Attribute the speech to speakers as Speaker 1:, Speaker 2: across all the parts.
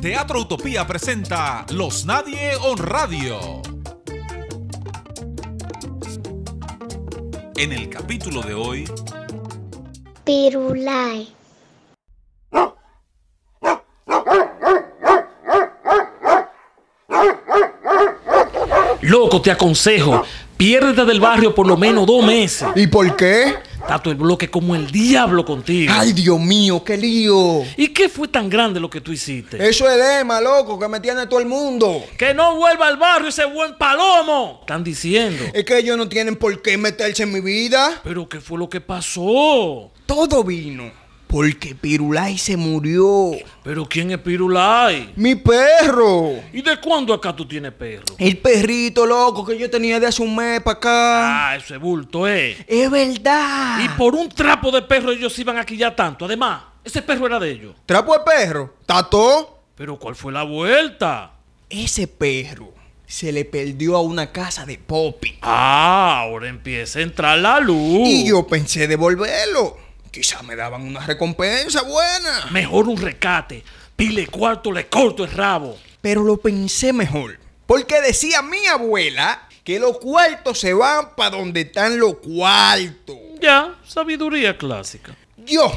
Speaker 1: Teatro Utopía presenta Los Nadie on Radio. En el capítulo de hoy,
Speaker 2: Pirulai.
Speaker 3: Loco, te aconsejo, piérdete del barrio por lo menos dos meses.
Speaker 4: ¿Y por qué?
Speaker 3: Tato el bloque como el diablo contigo.
Speaker 4: Ay, Dios mío, qué lío.
Speaker 3: ¿Y qué fue tan grande lo que tú hiciste?
Speaker 4: Eso es edema, loco, que me tiene todo el mundo.
Speaker 3: Que no vuelva al barrio ese buen palomo. Están diciendo.
Speaker 4: Es que ellos no tienen por qué meterse en mi vida.
Speaker 3: Pero ¿qué fue lo que pasó?
Speaker 4: Todo vino porque Pirulay se murió.
Speaker 3: ¿Pero quién es Pirulay?
Speaker 4: Mi perro.
Speaker 3: ¿Y de cuándo acá tú tienes perro?
Speaker 4: El perrito, loco, que yo tenía de hace un mes para acá.
Speaker 3: Ah, ese bulto, eh.
Speaker 4: Es verdad.
Speaker 3: Y por un trapo de perro ellos iban aquí ya tanto. Además, ese perro era de ellos.
Speaker 4: ¿Trapo de perro? ¿Tató?
Speaker 3: Pero ¿cuál fue la vuelta?
Speaker 4: Ese perro se le perdió a una casa de Poppy.
Speaker 3: Ah, ahora empieza a entrar la luz.
Speaker 4: Y yo pensé devolverlo. Quizás me daban una recompensa buena.
Speaker 3: Mejor un recate. Pile cuarto, le corto el rabo.
Speaker 4: Pero lo pensé mejor. Porque decía mi abuela que los cuartos se van para donde están los cuartos.
Speaker 3: Ya, sabiduría clásica.
Speaker 4: Yo,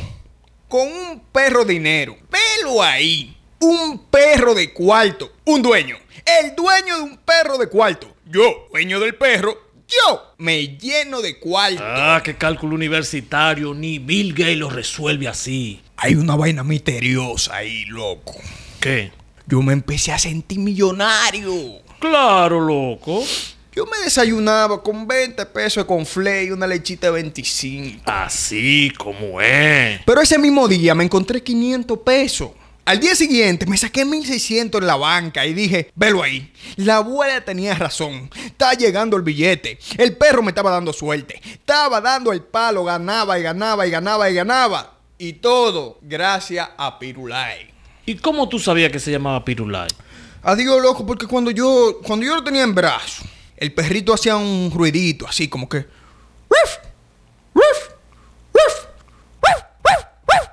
Speaker 4: con un perro dinero, velo ahí. Un perro de cuarto, un dueño. El dueño de un perro de cuarto. Yo, dueño del perro, yo me lleno de cuarto.
Speaker 3: Ah, qué cálculo universitario. Ni Bill Gates lo resuelve así.
Speaker 4: Hay una vaina misteriosa ahí, loco.
Speaker 3: ¿Qué?
Speaker 4: Yo me empecé a sentir millonario.
Speaker 3: Claro, loco.
Speaker 4: Yo me desayunaba con 20 pesos con flay y una lechita de 25.
Speaker 3: Así como es.
Speaker 4: Pero ese mismo día me encontré 500 pesos. Al día siguiente me saqué 1600 en la banca y dije, velo ahí. La abuela tenía razón. Está llegando el billete. El perro me estaba dando suerte. Estaba dando el palo, ganaba y ganaba y ganaba y ganaba. Y todo gracias a Pirulay.
Speaker 3: ¿Y cómo tú sabías que se llamaba Pirulay?
Speaker 4: Adiós, loco, porque cuando yo, cuando yo lo tenía en brazos, el perrito hacía un ruidito así como que. "Ruf, ruf, ruf, ruf, ruf, ruf, ruf".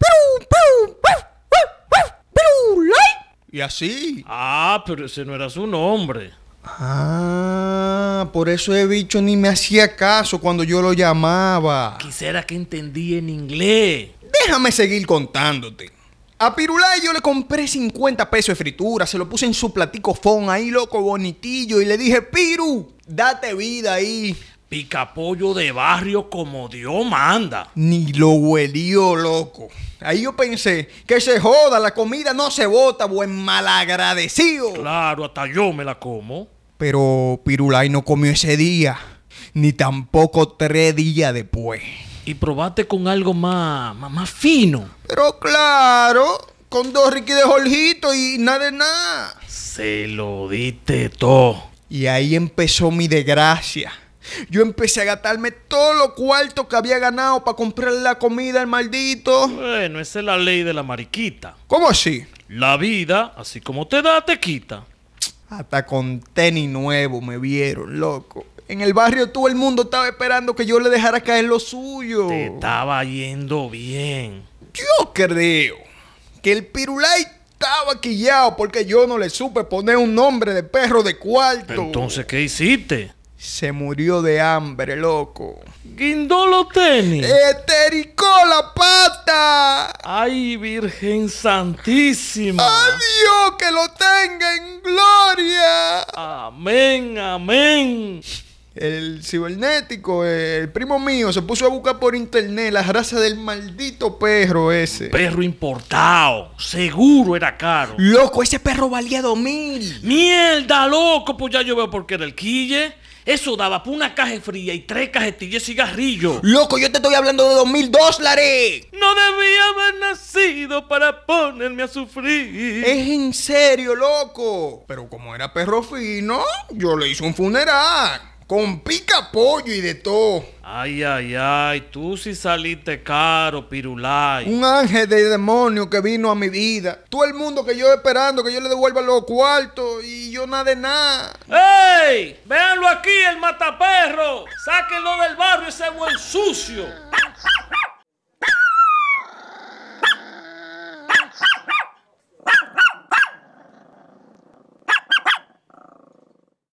Speaker 4: Piru, piru, ruf, ruf, ruf, pirulay. Y así.
Speaker 3: Ah, pero ese no era su nombre.
Speaker 4: Ah, por eso el bicho ni me hacía caso cuando yo lo llamaba.
Speaker 3: Quisiera que entendí en inglés.
Speaker 4: Déjame seguir contándote. A Pirulay yo le compré 50 pesos de fritura, se lo puse en su platico fon ahí, loco, bonitillo, y le dije, Piru, date vida ahí.
Speaker 3: Picapollo de barrio como Dios manda.
Speaker 4: Ni lo huelió, loco. Ahí yo pensé, que se joda, la comida no se bota, buen malagradecido.
Speaker 3: Claro, hasta yo me la como.
Speaker 4: Pero Pirulay no comió ese día, ni tampoco tres días después.
Speaker 3: Y probaste con algo más, más, más fino.
Speaker 4: Pero claro, con dos Ricky de Jorgito y nada de nada.
Speaker 3: Se lo diste todo.
Speaker 4: Y ahí empezó mi desgracia. Yo empecé a gastarme todo lo cuarto que había ganado para comprarle la comida al maldito.
Speaker 3: Bueno, esa es la ley de la mariquita.
Speaker 4: ¿Cómo así?
Speaker 3: La vida, así como te da, te quita.
Speaker 4: Hasta con tenis nuevo me vieron, loco. En el barrio todo el mundo estaba esperando que yo le dejara caer lo suyo.
Speaker 3: Te estaba yendo bien.
Speaker 4: Yo creo que el pirulay estaba quillado porque yo no le supe poner un nombre de perro de cuarto.
Speaker 3: Entonces, ¿qué hiciste?
Speaker 4: Se murió de hambre, loco.
Speaker 3: Guindó los tenis.
Speaker 4: ¡Estericó la pata!
Speaker 3: ¡Ay, Virgen Santísima!
Speaker 4: ¡Adiós, que lo tenga en gloria!
Speaker 3: Amén, amén.
Speaker 4: El cibernético, eh, el primo mío, se puso a buscar por internet la raza del maldito perro ese.
Speaker 3: Perro importado. Seguro era caro.
Speaker 4: Loco, ese perro valía dos mil.
Speaker 3: ¡Mierda, loco! Pues ya yo veo por qué era el quille. Eso daba para una caja fría y tres cajetillas de cigarrillo.
Speaker 4: Loco, yo te estoy hablando de dos mil dólares.
Speaker 3: No debía haber nacido para ponerme a sufrir.
Speaker 4: Es en serio, loco. Pero como era perro fino, yo le hice un funeral. Con pica pollo y de todo.
Speaker 3: Ay, ay, ay, tú sí saliste caro, Pirulay.
Speaker 4: Un ángel de demonio que vino a mi vida. Todo el mundo que yo esperando que yo le devuelva los cuartos y yo nada de nada.
Speaker 3: ¡Ey! ¡Véanlo aquí, el mataperro! ¡Sáquenlo del barrio ese buen sucio!